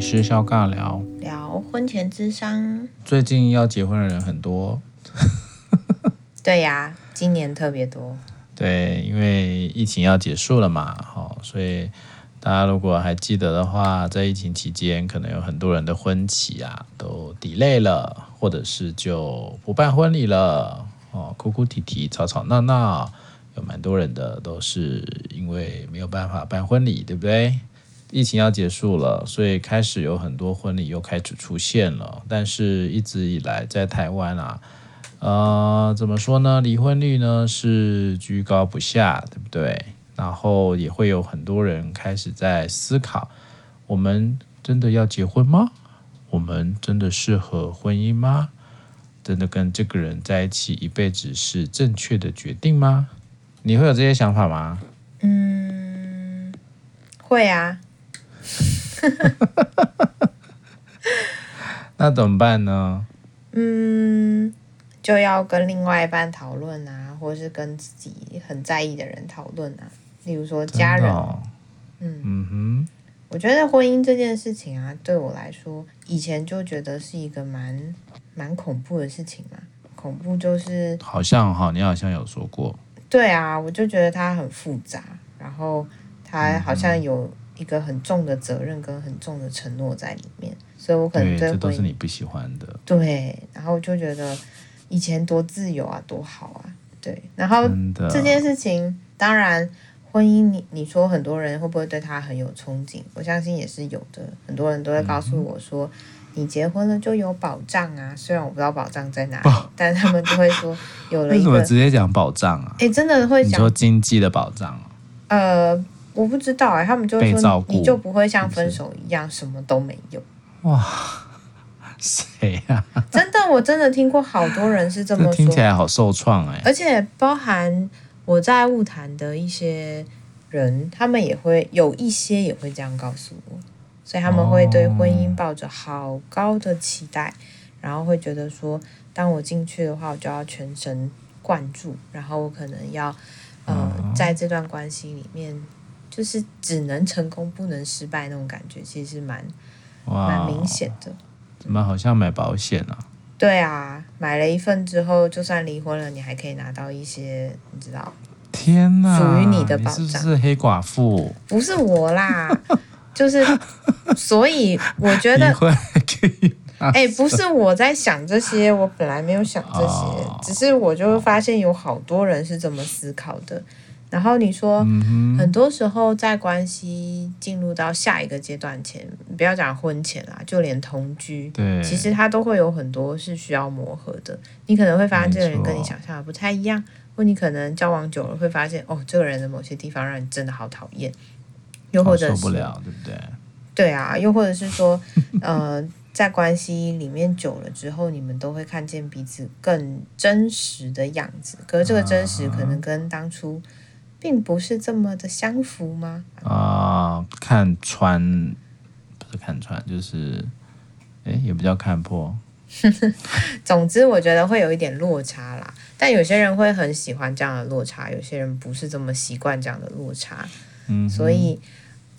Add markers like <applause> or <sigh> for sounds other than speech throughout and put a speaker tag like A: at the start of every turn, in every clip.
A: 是肖尬聊。
B: 聊婚前智商。
A: 最近要结婚的人很多，
B: 对呀、今年特别多。
A: 对，因为疫情要结束了嘛，好、所以大家如果还记得的话，在疫情期间，可能有很多人的婚期啊都 delay 了，或者是就不办婚礼了，哦，哭哭啼啼，吵吵闹闹，有蛮多人的都是因为没有办法办婚礼，对不对？疫情要结束了，所以开始有很多婚礼又开始出现了，但是一直以来在台湾啊，呃，怎么说呢？离婚率呢是居高不下，对不对？然后也会有很多人开始在思考：我们真的要结婚吗？我们真的适合婚姻吗？真的跟这个人在一起一辈子是正确的决定吗？你会有这些想法吗？
B: 会啊，
A: 那怎么办呢？
B: 嗯，就要跟另外一半讨论啊，或是跟自己很在意的人讨论啊，例如说
A: 真
B: 家
A: 的
B: 人。
A: 哦
B: 嗯
A: 嗯哼，
B: 我觉得婚姻这件事情啊，对我来说，以前就觉得是一个蛮蛮恐怖的事情嘛。恐怖就是
A: 好像哈，你好像有说过，
B: 对啊，我就觉得它很复杂，然后它好
A: 嗯
B: 像有一个很重的责任跟很重的承诺在里面，所以我可能
A: 对，
B: 对
A: 这
B: 婚
A: 都是
B: 姻
A: 你不喜欢的，
B: 对，然后就觉得以前多自由啊，多好啊，对，然后
A: 真的。
B: 这件事情，当然，婚姻你你说很多人会不会对他很有憧憬？我相信也是有的，很多人都
A: 嗯
B: 会告诉我说，你结婚了就有保障啊。虽然我不知道保障在哪里，但他们就会
A: <laughs>
B: 说有了
A: 为
B: 一
A: 什
B: 个
A: 哦么，直接讲保障啊？
B: 哎，真的会
A: 你说
B: 想，
A: 经济的保障啊？
B: 呃，我不知道哎、他们就
A: 被
B: 会
A: 照
B: 说
A: 顾
B: 你就不会像
A: 是不是
B: 分手一样什么都没有。
A: 谁呀、
B: 真的，我真的听过好多人
A: <laughs>
B: 是这么
A: 这
B: 说，
A: 听起来好受创哎、
B: 而且包含我在物谈的一些人，他们也会有一些也会这样告诉我，所以他们会对婚姻抱着好高的期待，然后会觉得说，当我进去的话，我就要全神贯注，然后我可能要呃，在这段关系里面。就是只能成功不能失败那种感觉，其实蛮蛮
A: 哇，
B: 明显的。
A: 怎么好像买保险啊？
B: 对啊，买了一份之后，就算离婚了，你还可以拿到一些，你知道，
A: 天哪，
B: 属于你的保障
A: 你是不是黑寡妇？
B: 不是我
A: <laughs>
B: 啦，就是，所以我觉
A: 离 <laughs>
B: 得，
A: 婚还可以拿
B: 哎、不是我在想这些，我本来没有想这些，
A: 哦
B: 只是我就发现有好多人是这么思考的。然后你说，
A: 嗯
B: 很多时候在关系进入到下一个阶段前，不要讲婚前啦，就连同居，
A: <laughs> 对
B: 其实它都会有很多是需要磨合的。你可能会发现这个人跟
A: 没
B: 你
A: 错
B: 想象的不太一样，或你可能交往久了会发现，哦，这个人的某些地方让你真的好讨厌，又
A: 我
B: 或者
A: 受
B: 是
A: 不了，对不对？
B: 对啊，又或者是说，呃，在关系里面久了之后，你们都会看见彼此更真实的样子，可是这个真实可能跟当初并不是这么的相符吗？
A: 啊、看穿不是看穿，就是哎，也不叫看破，
B: 总之，我觉得会有一点落差啦。但有些人会很喜欢这样的落差，有些人不是这么习惯这样的落差。
A: 嗯，
B: 所以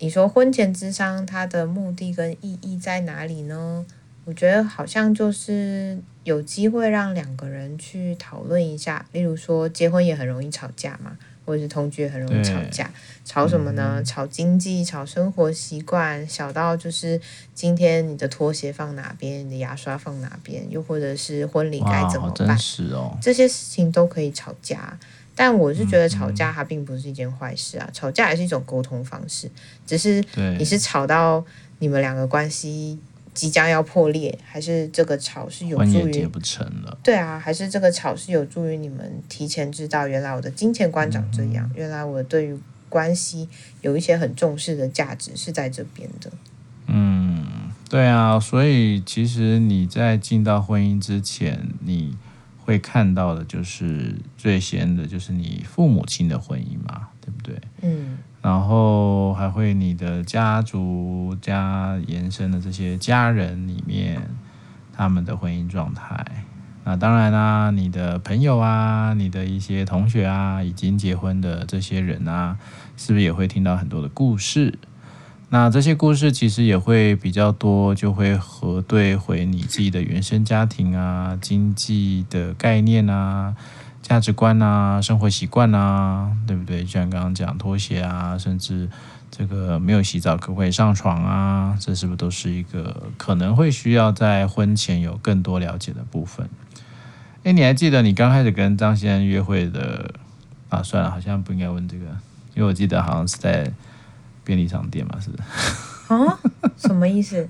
B: 你说婚前智商它的目的跟意义在哪里呢？我觉得好像就是有机会让两个人去讨论一下，例如说结婚也很容易吵架嘛，或者是同居也很容易吵架，吵什么呢？吵经济，吵生活习惯，小到就是今天你的拖鞋放哪边，你的牙刷放哪边，又或者是婚礼该
A: 哇，
B: 怎
A: 好
B: 么办
A: 真，实哦，
B: 这些事情都可以吵架，但我是觉得吵
A: 嗯
B: 架它并不是一件坏事啊，吵架也是一种沟通方式，只是
A: 对
B: 你，是吵到你们两个关系即将要破裂，还是这个吵是有
A: 婚
B: 助
A: 也结
B: 于
A: 不成了，
B: 对啊，还是这个吵是有助于你们提前知道，原来我的金钱观长这
A: 嗯
B: 样，原来我对于关系有一些很重视的价值是在这边的。
A: 嗯，对啊，所以其实你在进到婚姻之前，你会看到的就是最先的就是你父母亲的婚姻嘛，对不对？
B: 嗯，
A: 然后还会你的家族加延伸的这些家人里面，他们的婚姻状态。那当然啦、你的朋友啊，你的一些同学啊，已经结婚的这些人啊，是不是也会听到很多的故事？那这些故事其实也会比较多，就会核对回你自己的原生家庭啊、经济的概念啊、价值观啊、生活习惯啊，对不对？就像刚刚讲拖鞋啊，甚至这个没有洗澡可不可以上床啊，这是不是都是一个可能会需要在婚前有更多了解的部分？哎，你还记得你刚开始跟张先生约会的？啊，算了，好像不应该问这个，因为我记得好像是在便利商店嘛，是不是？
B: 啊，什么意思？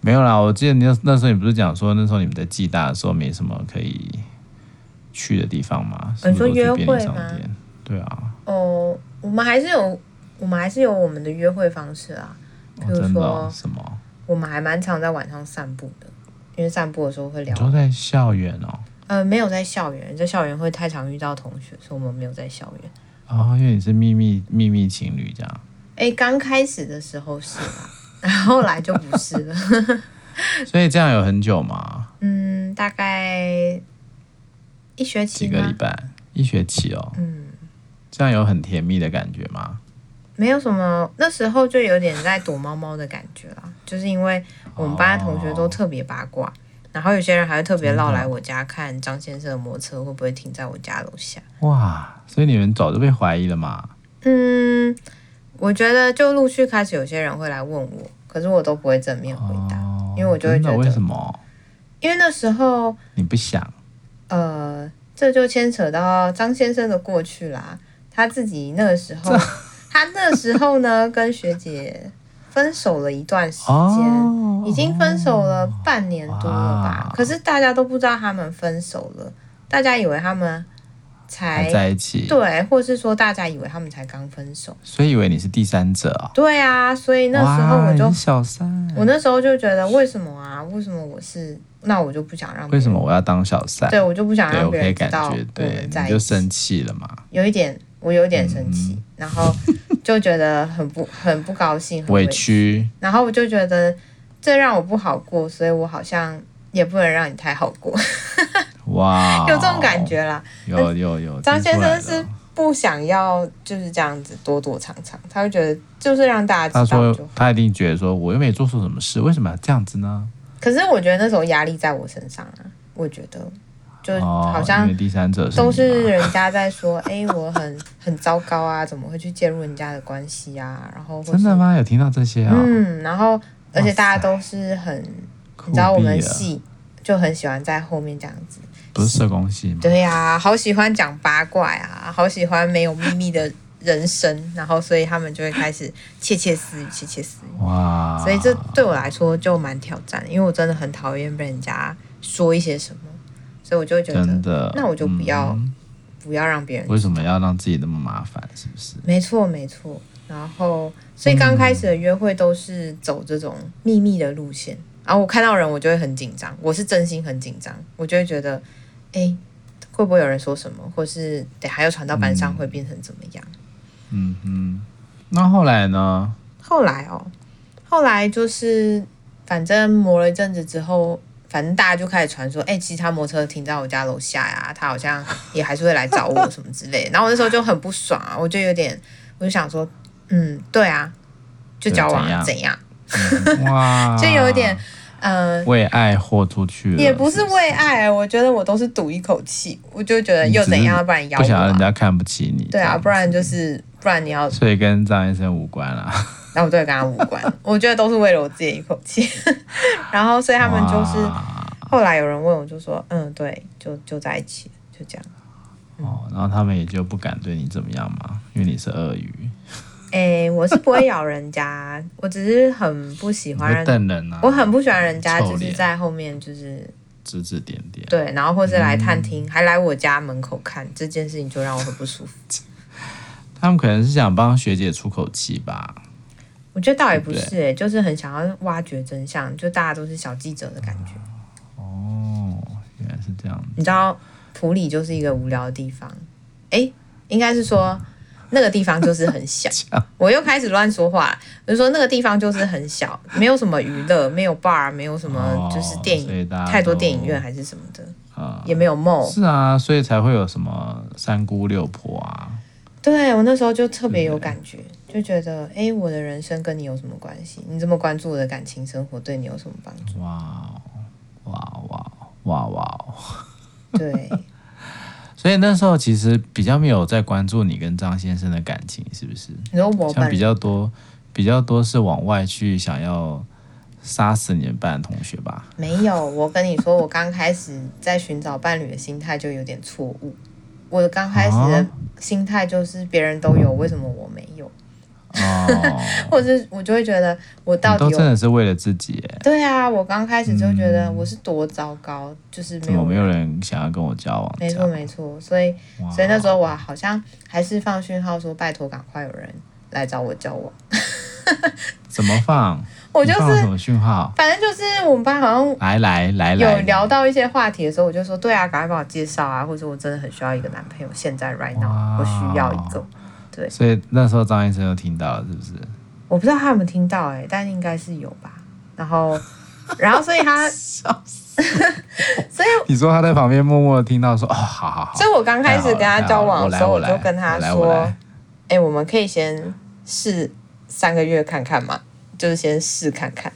A: 没有啦，我记得你那那时候你不是讲说那时候你们在暨大的时候没什么可以去的地方吗？
B: 哦你说
A: 是不是都去
B: 约会
A: 便利商
B: 吗
A: 店？对啊，
B: 哦，我们还是有，我们还是有我们的约会方式
A: 哦
B: 啊。比如
A: 真的哦、
B: 说
A: 什么？
B: 我们还蛮常在晚上散步的，因为散步的时候会
A: 你说
B: 聊。
A: 在校园哦，
B: 呃，没有在校园，在校园会太常遇到同学，所以我们没有在校园。
A: 哦，因为你是秘密秘密情侣这样，
B: 哎，刚开始的时候是啦，然后后来就不是了。 <laughs>
A: 所以这样有很久吗？
B: 嗯，大概一学期
A: 几个礼
B: 吗？
A: 拜，一学期哦，
B: 嗯，
A: 这样有很甜蜜的感觉吗？
B: 没有什么，那时候就有点在躲猫猫的感觉啦，就是因为我们班的同学都特别八卦，然后有些人还会特别绕来我家看张先生的摩托车会不会停在我家楼下。
A: 哇，所以你们早就被怀疑了嘛？
B: 嗯，我觉得就陆续开始有些人会来问我，可是我都不会正面回答，
A: 哦
B: 因为我就会
A: 真的
B: 觉得
A: 为什么
B: 因为那时候
A: 你不想？
B: 呃，这就牵扯到张先生的过去啦。他自己那个时
A: <laughs>
B: 候，他那时候呢跟学姐分手了一段时间，
A: 哦，
B: 已经分手了半年多了吧
A: 哇。
B: 可是大家都不知道他们分手了，大家以为他们
A: 还
B: 才
A: 在一起，
B: 对，或是说大家以为他们才刚分手。
A: 所以以为你是第三者哦。
B: 对啊，所以那时候
A: 哇
B: 我
A: 你
B: 就是
A: 小三，
B: 我那时候就觉得为什么啊？为什么我是？那我就不想让
A: 为
B: 别人
A: 什么？我要当小三？
B: 对，我就不想
A: 对，
B: 让
A: 我
B: 别
A: 可以
B: 人知
A: 感
B: 道
A: 觉，
B: 我
A: 对，
B: 们
A: 你
B: 在一
A: 就
B: 起
A: 生嗯气了嘛？
B: 有一点，我有一点生气，然后就觉得很不很不高兴，很
A: 委，屈，
B: 然后我就觉得这让我不好过，所以我好像也不能让你太好过，
A: 哇，
B: 有这种感，觉啦。
A: 有有有。
B: 张先
A: 听出来
B: 生
A: 了
B: 是不想要就是这样子躲躲藏藏，他会觉得就是让大家
A: 他
B: 知道
A: 说
B: 就好。
A: 他一定觉得说我又没做错什么事，为什么要这样子呢？
B: 可是我觉得那时候压力在我身上啊，我觉得就
A: 哦，
B: 好像
A: 因为第三者是
B: 都
A: 你
B: 是
A: 嘛
B: 人家在说， <laughs> 哎、我很很糟糕啊，怎么会去介入人家的关系啊？然后或
A: 真
B: 是
A: 的吗？有听到这些啊？
B: 嗯，然后而且大家
A: 哇塞
B: 都是很，
A: 酷
B: 你知道我们
A: 毙了
B: 系就很喜欢在后面这样子。
A: 不是社工系吗？
B: 对呀、好喜欢讲八卦呀、好喜欢没有秘密的人生，然后所以他们就会开始窃窃私语，窃窃私语。
A: 哇，
B: 所以这对我来说就蛮挑战的，因为我真的很讨厌被人家说一些什么，所以我就会觉
A: 真
B: 得
A: 的，
B: 那我就不要
A: 嗯
B: 不要让别人
A: 为什么要让自己那么麻烦？是不是？
B: 没错，没错。然后，所以刚开始的约会都是走这种秘密的路线。然后我看到人，我就会很紧张，我是真心很紧张，我就会觉得，哎，会不会有人说什么，或是等下又传到班上会变成怎么样？
A: 嗯嗯。那后来呢？
B: 后来哦，后来就是反正磨了一阵子之后，反正大家就开始传说，哎、其实他摩托车停在我家楼下呀、他好像也还是会来找我什么之类的。然后我那时候就很不爽啊，我就有点，我就想说，嗯，对啊，就交往啊，
A: 对
B: 怎 <laughs> 样？
A: 嗯哇，
B: <laughs> 就有一点，呃，
A: 为爱豁出去了，
B: 也不是
A: 不
B: 为爱，我觉得我都是赌一口气，我就觉得
A: 你
B: 又
A: 只
B: 怎
A: 是
B: 样，不然咬
A: 不
B: 我、
A: 想让人
B: 啊。
A: 家看不起你。
B: 对
A: 这
B: 啊，
A: 样
B: 不然就是，不然你要，
A: 所以跟张医生无关啦。
B: 然后我对跟他无关，我觉得都是为了我自己的一口气。 <laughs> 然后，所以他们就是
A: 哇
B: 后来有人问我，就说，嗯，对，就就在一起，就这样。
A: 哦，然后他们也就不敢对你怎么样嘛，因为你是鳄鱼，
B: 诶，我是不会咬人家，我只是很不喜
A: 你
B: 欢
A: 会
B: 人，
A: 瞪人啊，
B: 我很不喜欢人家
A: 臭
B: 就是
A: 脸
B: 在后面就是
A: 指指点点。
B: 对，然后或是来
A: 嗯
B: 探听，还来我家门口看这件事情，就让我很不舒服。
A: 他们可能是想帮学姐出口气吧。
B: 我觉得倒也不
A: 对
B: 是、诶，就是很想要挖掘真相，就大家都是小记者的感觉。
A: 哦，原来是这样。
B: 你知道普里就是一个无聊的地方，诶，应该是说那个地方就是很小
A: <laughs> 样。
B: 我又开始乱说话了，我就说那个地方就是很小，没有什么娱乐，没有 bar，没有什么
A: 哦
B: 嗯就是电
A: 所以
B: 影、
A: 大家都
B: 太多电影院还是什么的，
A: 啊、
B: 也没有 mall。
A: 是啊，所以才会有什么三姑六婆啊，
B: 对我那时候就特别有感觉，就觉得哎，诶我的人生跟你有什么关系？你这么关注我的感情生活，对你有什么帮助？
A: 哇哦哇哇哇哇哦！
B: 对，
A: 所以那时候其实比较没有在关注你跟张先生的感情，是不是？
B: 你说我
A: 像
B: 本
A: 比
B: 人
A: 较多比较多是往外去想要杀死你们班的同学吧？
B: 没有，我跟你说，我刚开始在寻找伴侣的心态就有点错误。我刚开始的
A: 啊
B: 心态就是别人都有，为什么我没有？
A: 哦，
B: <laughs> 或者是我就会觉得我到
A: 你
B: 底
A: 都
B: 有
A: 真的是为了自己耶，
B: 对啊，我刚开始就觉得我是多糟糕，就是没
A: 怎么
B: 有
A: 没有人想要跟我交往？
B: 没错没错，所以
A: 哇
B: 所以那时候我好像还是放讯号说拜托赶快有人来找我交往，
A: 怎么放？
B: 我就
A: 你放了什
B: 是
A: 么讯号？
B: 反正就是我们班好像。
A: 来来来来，
B: 有聊到一些话题的时候，我就说对啊，赶快帮我介绍啊，或者我真的很需要一个男朋友，现在 right now
A: 哇
B: 我需要一个。
A: 所以那时候张医生就听到了，是不是？
B: 我不知道他有没有听到哎、但应该是有吧。然后， <laughs> 然后所以他，所以
A: 你说他在旁边默默地听到说，哦，好好好
B: 所。以我刚开始跟他交往的时候，
A: 我
B: 我
A: 来我来
B: 就跟他
A: 我来我
B: 说
A: 来：“
B: 哎、我们可以先试三个月看看嘛，就是先试看看。”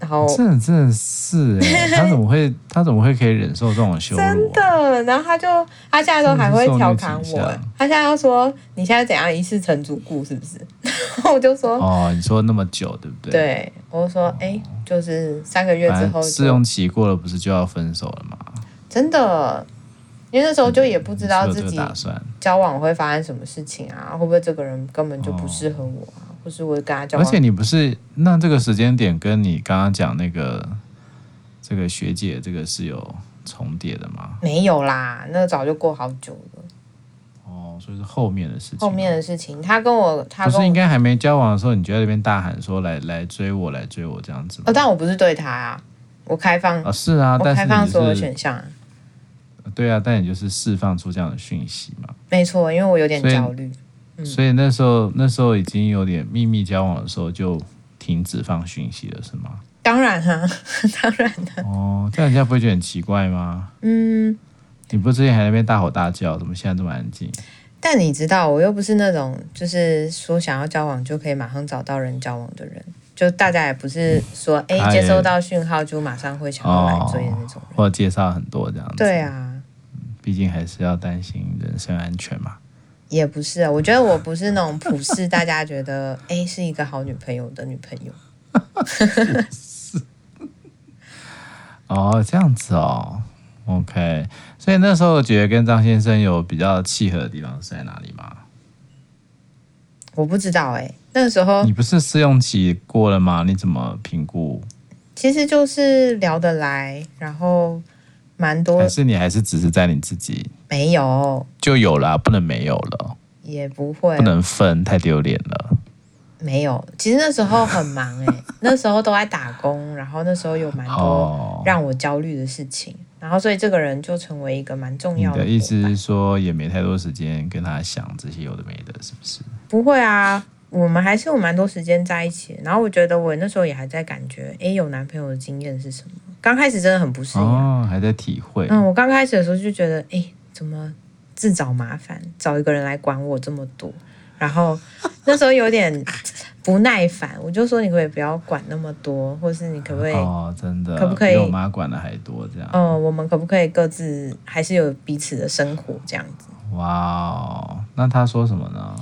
B: 然后
A: 这人真的是
B: <laughs>
A: 哎、他怎么会他怎么会可以忍受这种羞辱、啊？
B: 真的，呃然后他就他现在都还会调侃我、哎他现在要说：“你现在怎样一次成主顾是不 <laughs> 是？”然后我就说：“
A: 哦，你说那么久，对不对？
B: 对，我就说：“哎、就是三个月之
A: 反
B: 后
A: 正
B: 就
A: 试用期过了，不是就要分手了吗？
B: 真的。”因为那时候就也不知道
A: 你是
B: 自
A: 嗯不是有这
B: 己
A: 个打算，
B: 交往会发生什么事情啊，会不会这个人根本就不适合我啊，或是我跟他交
A: 哦而
B: 往
A: 且你不是那这个时间点跟你刚刚讲那个这个学姐这个是有重叠的吗？
B: 没有啦，那早就过好久了。
A: 哦，所以是后面的事情。
B: 后面的事情，他跟我，他
A: 不
B: 跟
A: 是应
B: 我，
A: 该还没交往的时候，你就在那边大喊说来来追我，来追我这样子吗？
B: 呃，但我不是对他啊，我开放，
A: 啊是啊，
B: 我
A: 但
B: 开放
A: 是
B: 所有
A: 你就是
B: 选项啊，
A: 对啊，但你就是释放出这样的讯息嘛。
B: 没错，因为我有点
A: 所以
B: 焦虑，嗯
A: 所以那时候那时候已经有点秘密交往的时候，就停止放讯息了，是
B: <laughs>
A: 吗？
B: 当然啊，当然啊，
A: 哦，这样人家不会觉得很奇怪吗？
B: 嗯，
A: 你不是之前还在那边大吼大叫，怎么现在这么安静？
B: 但你知道，我又不是那种就是说想要交往就可以马上找到人交往的人，就大家也不是说哎、
A: 他也
B: 接收到讯号就马上会想要来追的那种人，
A: 或者介绍很多这样子？
B: 对，啊，
A: 毕竟还是要担心人身安全嘛。
B: 也不是啊，我觉得我不是那种普世大家觉得哎、是一个好女朋友的女朋友。
A: 哦，这样子哦，OK。所以那时候觉得跟张先生有比较契合的地方是在哪里吗？
B: 我不知道哎、那时候
A: 你不是试用期过了吗？你怎么评估？
B: 其实就是聊得来，然后蛮多
A: 还是你还是只是在你自己
B: 没有，
A: 就有了啊、不能没有了，
B: 也不会
A: 不能分，太丢脸了。
B: 没有。其实那时候很忙哎、那时候都在打工，然后那时候有蛮多
A: 哦，
B: 让我焦虑的事情，然后所以这个人就成为一个蛮重
A: 你
B: 要
A: 的
B: 的
A: 意
B: 伙
A: 思
B: 伴。
A: 是说也没太多时间跟他想这些有的没的，是不是？
B: 不会啊，我们还是有蛮多时间在一起。然后我觉得我那时候也还在感觉，哎，有男朋友的经验是什么？刚开始真的很不适应啊、
A: 哦，还在体会。
B: 嗯，我刚开始的时候就觉得，哎，怎么自找麻烦，找一个人来管我这么多？然后那时候有点不耐烦，我就说你可不可以不要管那么多，或是你可不可以，哦、
A: 哦，真的，
B: 可不可以
A: 比我妈管的还多这样？
B: 我们可不可以各自还是有彼此的生活这样子？
A: 哇哦，那他说什么呢？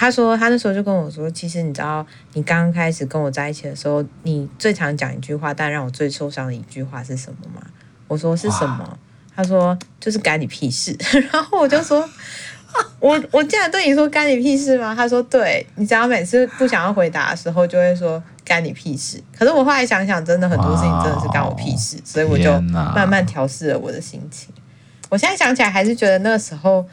B: 他说，他那时候就跟我说，其实你知道，你刚开始跟我在一起的时候，你最常讲一句话，但让我最受伤的一句话是什么吗？我说是什么？他说就是干你屁事。 <laughs> 然后我就说，我我竟然对你说干你屁事吗？他说对，你只要每次不想要回答的时候，就会说干你屁事。可是我后来想想，真的很多事情真的是干我屁事，所以我就
A: 天哪
B: 慢慢调试了我的心情。我现在想起来，还是觉得那个时候，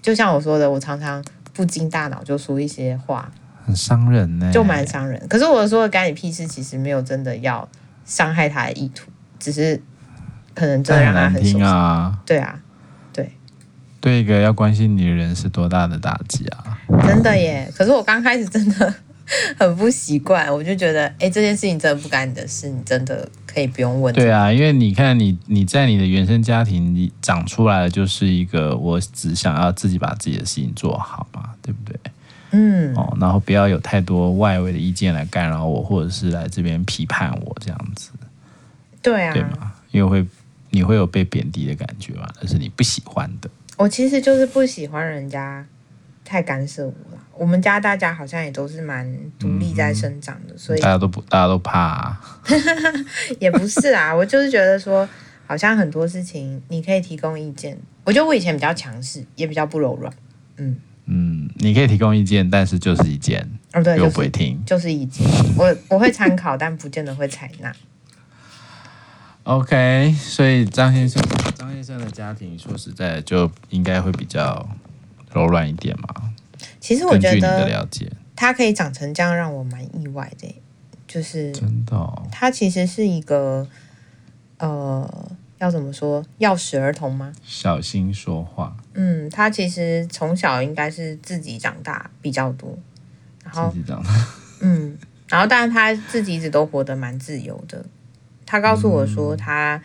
B: 就像我说的，我常常不经大脑就说一些话，
A: 很伤人呢、
B: 就蛮伤人。可是我说的干你屁事，其实没有真的要伤害他的意图，只是可能
A: 这
B: 真的
A: 很
B: 让他
A: 难
B: 很受
A: 听
B: 伤。
A: 啊！
B: 对啊，
A: 对一个要关心你的人是多大的打击啊！
B: 真的耶。可是我刚开始真的很不习惯，我就觉得，哎，这件事情真的不干你的事，你真的可以不用问。
A: 对啊，因为你看你你在你的原生家庭你长出来的就是一个我只想要自己把自己的事情做好嘛，对不对？
B: 嗯，
A: 哦，然后不要有太多外围的意见来干扰我，或者是来这边批判我这样子，
B: 对啊，
A: 对吗？因为会你会有被贬低的感觉嘛，那是你不喜欢的。
B: 我其实就是不喜欢人家太干涉我啦。我们家大家好像也都是蛮独立
A: 嗯
B: 在生长的，所以
A: 大家都不，大家都怕、啊，
B: 也不是啊，我就是觉得说，好像很多事情你可以提供意见。我觉得我以前比较强势，也比较不柔软。
A: 嗯，你可以提供意见，但是就是意见，
B: 哦，对，
A: 又
B: 就
A: 不会
B: 是
A: 听。
B: 就是意见，我我会参考，但不见得会采纳。
A: OK，所以张先生，张先生的家庭说实在的就应该会比较柔软一点嘛。
B: 其实我
A: 根据
B: 觉
A: 你的
B: 得
A: 了解，
B: 他可以长成这样，让我蛮意外的耶，就是
A: 真的、哦，
B: 他其实是一个呃，要怎么说，钥匙儿童吗？
A: 小心说话，
B: 嗯，他其实从小应该是自己长大比较多，然后
A: 自己讲。
B: 嗯，然后但是他自己一直都活得蛮自由的。他告诉我
A: 嗯
B: 说，他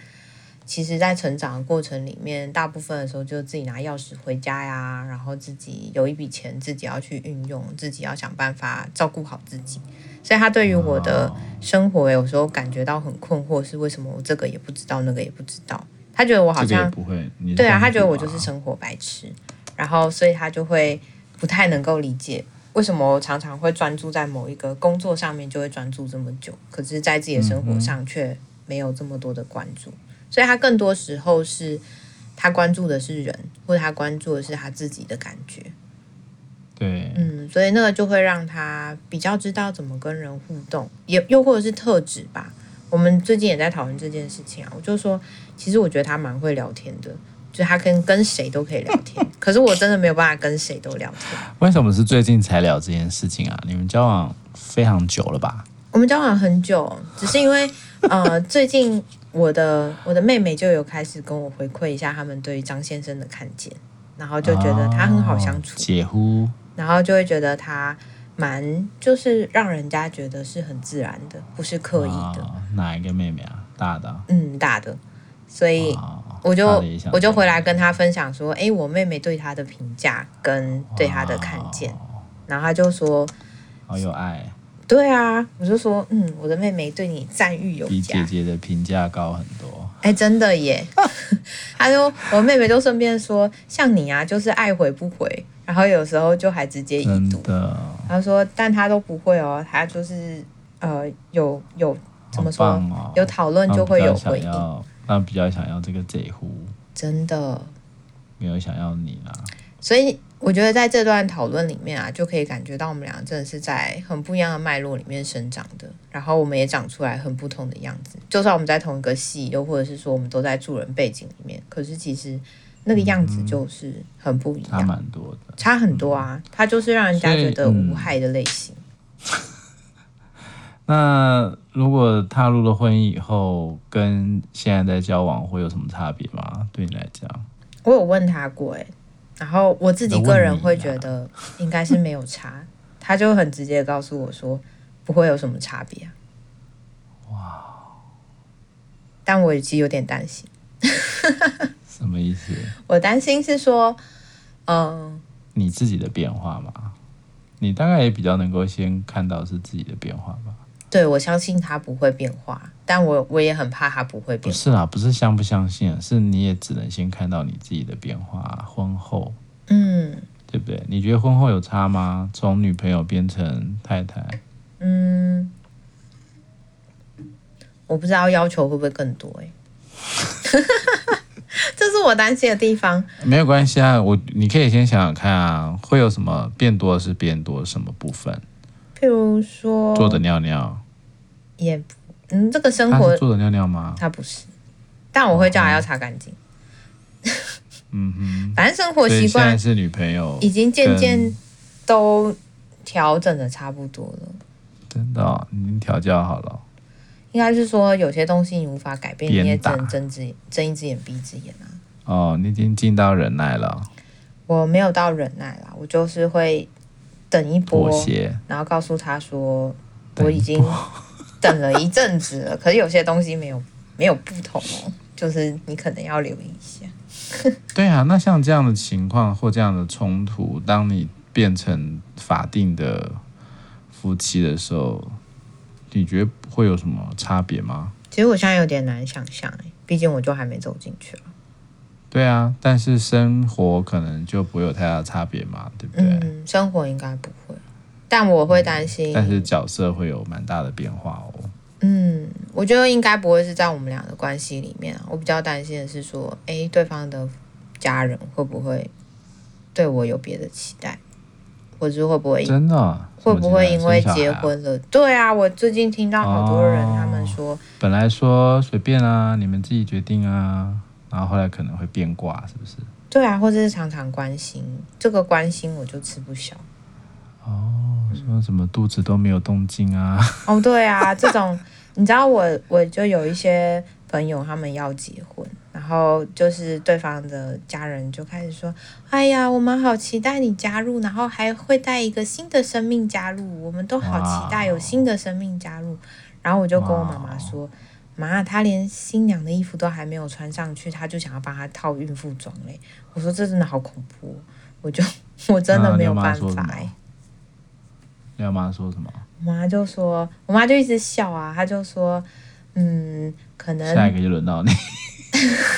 B: 其实在成长的过程里面，大部分的时候就自己拿钥匙回家呀，然后自己有一笔钱自己要去运用，自己要想办法照顾好自己。所以他对于我的
A: 哦
B: 生活有时候感觉到很困惑，是为什么我这个也不知道，那个也不知道。他觉得我好
A: 这个也
B: 像
A: 不会，你是
B: 对啊，
A: 公
B: 他觉得
A: 主
B: 我就是生活白痴，然后所以他就会不太能够理解为什么我常常会专注在某一个工作上面，就会专注这么久，可是在自己的生活上却没有这么多的关注，所以他更多时候是他关注的是人，或者他关注的是他自己的感觉，
A: 对，
B: 嗯，所以那个就会让他比较知道怎么跟人互动，也又或者是特质吧。我们最近也在讨论这件事情啊，我就说，其实我觉得他蛮会聊天的，就他跟跟谁都可以聊天，可是我真的没有办法跟谁都聊天。
A: 为什么是最近才聊这件事情啊？你们交往非常久了吧？
B: 我们交往很久，只是因为呃，最近我的我的妹妹就有开始跟我回馈一下他们对于张先生的看见，然后就觉得他很好相处
A: 哦，姐夫，
B: 然后就会觉得他蛮就是让人家觉得是很自然的，不是刻意的，
A: 哦哪一个妹妹啊？大的啊，
B: 嗯，大的，所以
A: 哦
B: 我就
A: 大的也想
B: 我就回来跟他分享说，诶，我妹妹对他的评价跟对他的看见，然后他就说，
A: 哦好有爱，
B: 对啊，我就说，嗯，我的妹妹对你赞誉有
A: 比姐
B: 加，
A: 姐的评价高很多。
B: 哎，真的耶， <laughs> 他就我妹妹就顺便说，像你啊，就是爱回不回，然后有时候就还直接已
A: 真
B: 读，
A: 的，
B: 他说，但他都不会哦，他就是呃有有怎么说，
A: 好棒哦
B: 有讨论就会有回应，
A: 应。那比较想要这个姐夫，
B: 真的。
A: 没有想要你啦。
B: 所以我觉得在这段讨论里面啊，就可以感觉到我们俩真的是在很不一样的脉络里面生长的，然后我们也长出来很不同的样子。就算我们在同一个系，又或者是说我们都在助人背景里面，可是其实那个样子就是很不一
A: 差
B: 样，
A: 蛮多的。
B: 差很多啊。他就是让人家觉得
A: 嗯所以嗯
B: 无害的类型。
A: 那如果踏入了婚姻以后，跟现在在交往会有什么差别吗？对你来讲，
B: 我有问他过哎、然后我自己个人会觉得应该是没有差，他就很直接地告诉我说不会有什么差别啊。哇！但我其实有点担心，
A: 什么意思？
B: 我担心是说，嗯、
A: 你自己的变化嘛？你大概也比较能够先看到是自己的变化吧？
B: 对我相信他不会变化，但我我也很怕他不会
A: 不
B: 变。
A: 是啦，不是相不相信，啊是你也只能先看到你自己的变化。婚后，
B: 嗯
A: 对不对？你觉得婚后有差吗？从女朋友变成太太，
B: 嗯，我不知道要求会不会更多哎、 <laughs> 这是我担心的地方。
A: 没有关系啊。我你可以先想想看啊，会有什么变多是变多什么部分？
B: 譬如说，
A: 坐着尿尿，
B: 也不，嗯，这个哦生
A: 他
B: 活
A: 是坐着尿尿吗？
B: 他不是，但我会叫他要擦干净。
A: 哦 <laughs> 嗯
B: 反正生
A: 哼，
B: 活
A: 所以
B: 习
A: 现在
B: 惯
A: 是女朋友，
B: 已经渐渐都调整的差不多了。
A: 真的、哦，您调教好了。
B: 应该是说有些东西你无法改变，你也
A: 鞭
B: 只
A: 打
B: 能睁只睁一只眼闭一只眼啊。
A: 哦，你已经尽到忍耐了，
B: 我没有到忍耐啦，我就是会等一波
A: 妥，协。
B: 然后告诉他说
A: 等
B: 我
A: 一波
B: 已经 <laughs> 等了一阵子了，可是有些东西没有没有不同哦，就是你可能要留意一下。
A: 对啊，那像这样的情况或这样的冲突，当你变成法定的夫妻的时候，你觉得会有什么差别吗？
B: 其实我现在有点难想象、欸，毕竟我就还没走进去啊。
A: 对啊，但是生活可能就不会有太大的差别嘛，对不对？
B: 嗯，生活应该不会，但我会担心。
A: 但是角色会有蛮大的变化哦。
B: 嗯，我觉得应该不会是在我们俩的关系里面啊。我比较担心的是说，诶，对方的家人会不会对我有别的期待，或者是会不会
A: 真的啊、
B: 会不会因为
A: 什么
B: 结
A: 情感生小孩啊？
B: 婚了？对啊，我最近听到好多人
A: 哦
B: 他们说，
A: 本来说随便啊，你们自己决定啊，然后后来可能会变卦，是不是？
B: 对啊，或者是常常关心，这个关心我就吃不消。
A: 哦，说什么肚子都没有动静啊？ <laughs>
B: <laughs> 哦，对啊，这种你知道我我就有一些朋友他们要结婚，然后就是对方的家人就开始说：“哎呀，我们好期待你加入，然后还会带一个新的生命加入，我们都好期待有
A: 哦
B: 新的生命加入。”然后我就跟我妈妈说：“妈，她连新娘的衣服都还没有穿上去，她就想要帮她套孕妇装嘞。”我说：“这真的好恐怖哦、我就 <laughs> 我真
A: 那
B: 的
A: 啊你
B: 没有
A: 妈
B: 办
A: 说什
B: 法
A: 么
B: 哎、
A: 廖妈说什么？
B: 我妈就说，我妈就一直笑啊，她就说，嗯，可
A: 下一
B: 能，
A: 个就轮到你。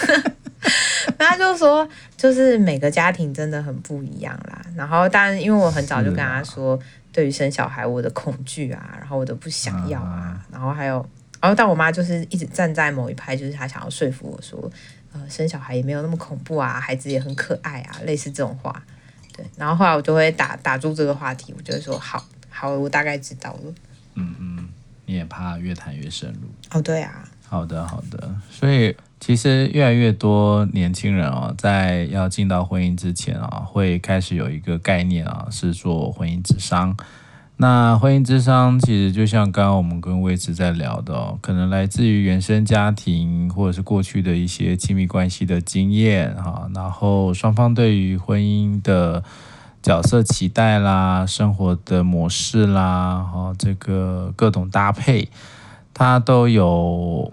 B: <laughs> 她就说，就是每个家庭真的很不一样啦。然后，但因为我很早就跟她
A: 啊
B: 说，对于生小孩我的恐惧啊，然后我的不想要啊，然后还有，然后但我妈就是一直站在某一派，就是她想要说服我说，呃，生小孩也没有那么恐怖啊，孩子也很可爱啊，类似这种话。对，然后后来我就会打打住这个话题，我就会说，好，好，我大概知道了。
A: 嗯嗯，你也怕越谈越深入。
B: 哦，对啊，
A: 好的，好的。所以其实越来越多年轻人哦，在要进到婚姻之前啊、会开始有一个概念啊，是做婚姻智商。那婚姻智商其实就像刚刚我们跟魏慈在聊的哦，可能来自于原生家庭或者是过去的一些亲密关系的经验哈、然后双方对于婚姻的角色期待啦、生活的模式啦，哈、这个各种搭配，它都有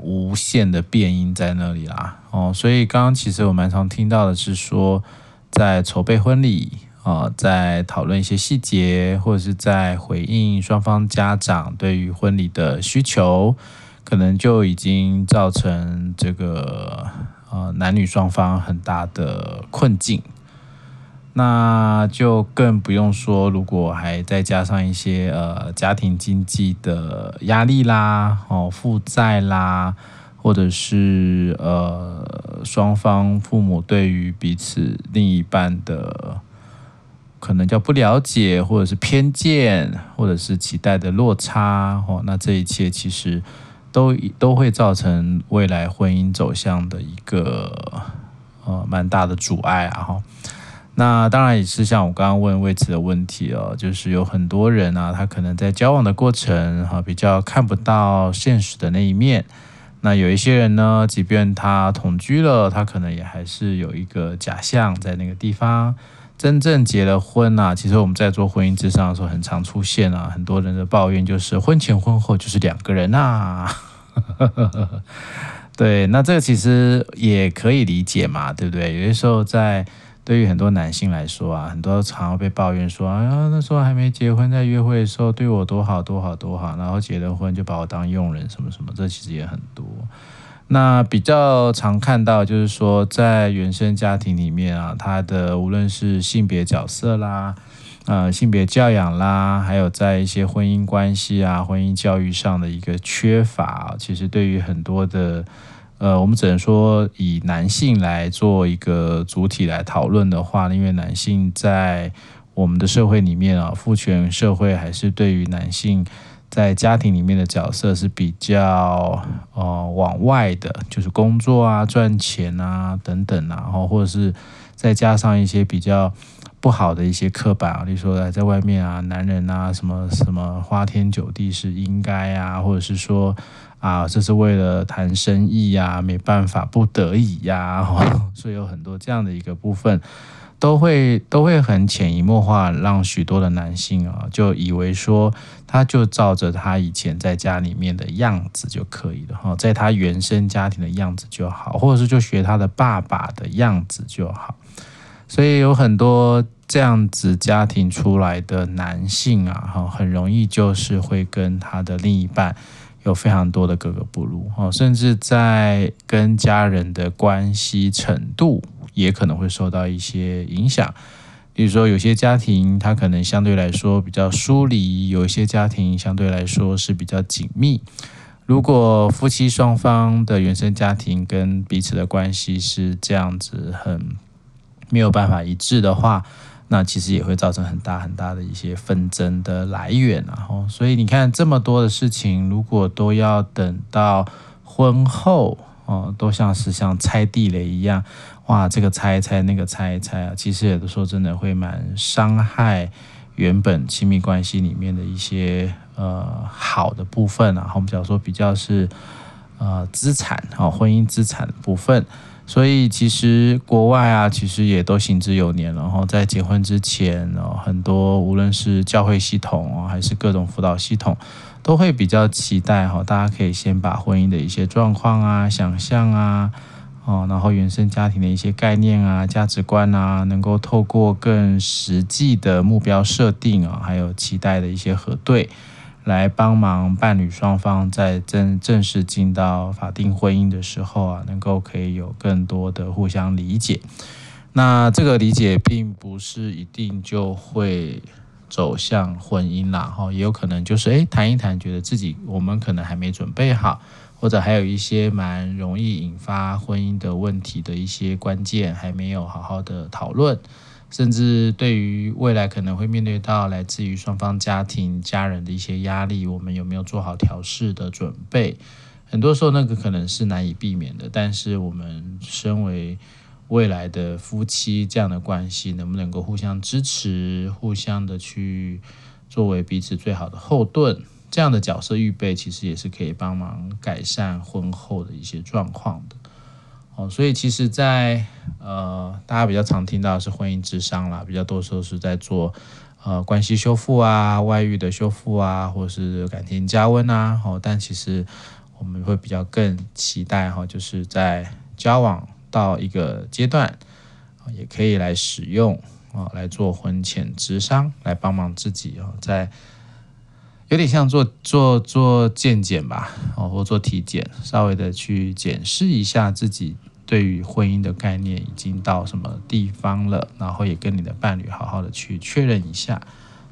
A: 无限的变音在那里啦。哦，所以刚刚其实我蛮常听到的是说，在筹备婚礼啊、呃在讨论一些细节，或者是在回应双方家长对于婚礼的需求，可能就已经造成这个呃男女双方很大的困境。那就更不用说，如果还再加上一些呃家庭经济的压力啦，哦负债啦，或者是呃双方父母对于彼此另一半的可能叫不了解，或者是偏见，或者是期待的落差，哦，那这一切其实都都会造成未来婚姻走向的一个呃蛮大的阻碍啊，哈、那当然也是像我刚刚问位置的问题哦，就是有很多人啊，他可能在交往的过程哈、比较看不到现实的那一面。那有一些人呢，即便他同居了，他可能也还是有一个假象在那个地方。真正结了婚啊，其实我们在做婚姻之上的时候，很常出现啊，很多人的抱怨就是婚前婚后就是两个人啊。 <laughs> 对，那这个其实也可以理解嘛，对不对？有些时候在对于很多男性来说啊，很多常常被抱怨说啊，那时候还没结婚，在约会的时候对我多好多好多好，然后结了婚就把我当佣人什么什么，这其实也很多。那比较常看到就是说，在原生家庭里面啊，他的无论是性别角色啦，呃，性别教养啦，还有在一些婚姻关系啊、婚姻教育上的一个缺乏啊，其实对于很多的呃，我们只能说以男性来做一个主体来讨论的话，因为男性在我们的社会里面啊，父权社会还是对于男性在家庭里面的角色是比较呃往外的，就是工作啊、赚钱啊等等啊，然后或者是再加上一些比较。不好的一些刻板啊，例如说哎在外面啊，男人啊，什么什么花天酒地是应该啊，或者是说啊，这是为了谈生意呀、没办法，不得已呀、 <laughs> 哦，所以有很多这样的一个部分，都会都会很潜移默化，让许多的男性啊，就以为说他就照着他以前在家里面的样子就可以了哈、在他原生家庭的样子就好，或者是就学他的爸爸的样子就好，所以有很多。这样子家庭出来的男性啊，哈，很容易就是会跟他的另一半有非常多的格格不入，哦，甚至在跟家人的关系程度也可能会受到一些影响。比如说，有些家庭它可能相对来说比较疏离，有一些家庭相对来说是比较紧密。如果夫妻双方的原生家庭跟彼此的关系是这样子很没有办法一致的话，那其实也会造成很大很大的一些纷争的来源、啊，然后所以你看这么多的事情，如果都要等到婚后哦，都像是像拆地雷一样，哇，这个拆一拆，那个拆一拆啊，其实有的时候真的会蛮伤害原本亲密关系里面的一些呃好的部分、啊，然后我们讲说比较是呃资产啊、哦，婚姻资产的部分。所以其实国外啊，其实也都行之有年了。然后在结婚之前哦，很多无论是教会系统哦，还是各种辅导系统，都会比较期待哈、哦，大家可以先把婚姻的一些状况啊、想象啊，哦，然后原生家庭的一些概念啊、价值观啊，能够透过更实际的目标设定啊、哦，还有期待的一些核对。来帮忙伴侣双方在正正式进到法定婚姻的时候啊，能够可以有更多的互相理解。那这个理解并不是一定就会走向婚姻啦，哈，也有可能就是诶谈一谈，觉得自己我们可能还没准备好，或者还有一些蛮容易引发婚姻的问题的一些关键还没有好好的讨论。甚至对于未来可能会面对到来自于双方家庭、家人的一些压力，我们有没有做好调试的准备？很多时候那个可能是难以避免的，但是我们身为未来的夫妻这样的关系，能不能够互相支持、互相的去作为彼此最好的后盾，这样的角色预备，其实也是可以帮忙改善婚后的一些状况的。哦，所以其实在，在呃，大家比较常听到是婚姻智商啦，比较多时候是在做呃关系修复啊、外遇的修复啊，或是感情加温啊。哦，但其实我们会比较更期待哈、哦，就是在交往到一个阶段，哦、也可以来使用啊、哦，来做婚前智商，来帮忙自己哦，在。有点像做做做健检吧，哦，或做体检，稍微的去检视一下自己对于婚姻的概念已经到什么地方了，然后也跟你的伴侣好好的去确认一下。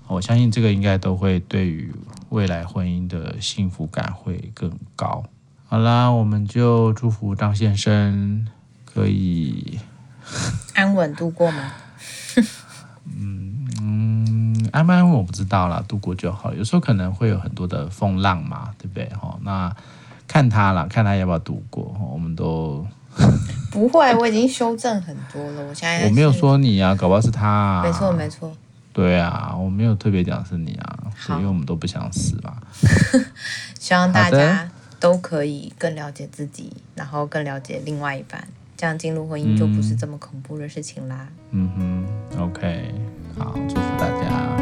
A: 我相信这个应该都会对于未来婚姻的幸福感会更高。好啦，我们就祝福张先生可以
B: 安稳度过吗？
A: 安不安稳我不知道啦，度过就好。有时候可能会有很多的风浪嘛，对不对？哈、哦，那看他啦，看他要不要度过。哦、我们都
B: 不会，我已经修正很多了。我现在
A: 我没有说你啊，搞不好是他、啊。
B: 没错，没错。
A: 对啊，我没有特别讲是你啊，因为我们都不想死嘛。
B: 希望大家都可以更了解自己，然后更了解另外一半，这样进入婚姻就不是这么恐怖的事情啦。
A: 嗯哼，OK，好，祝福大家。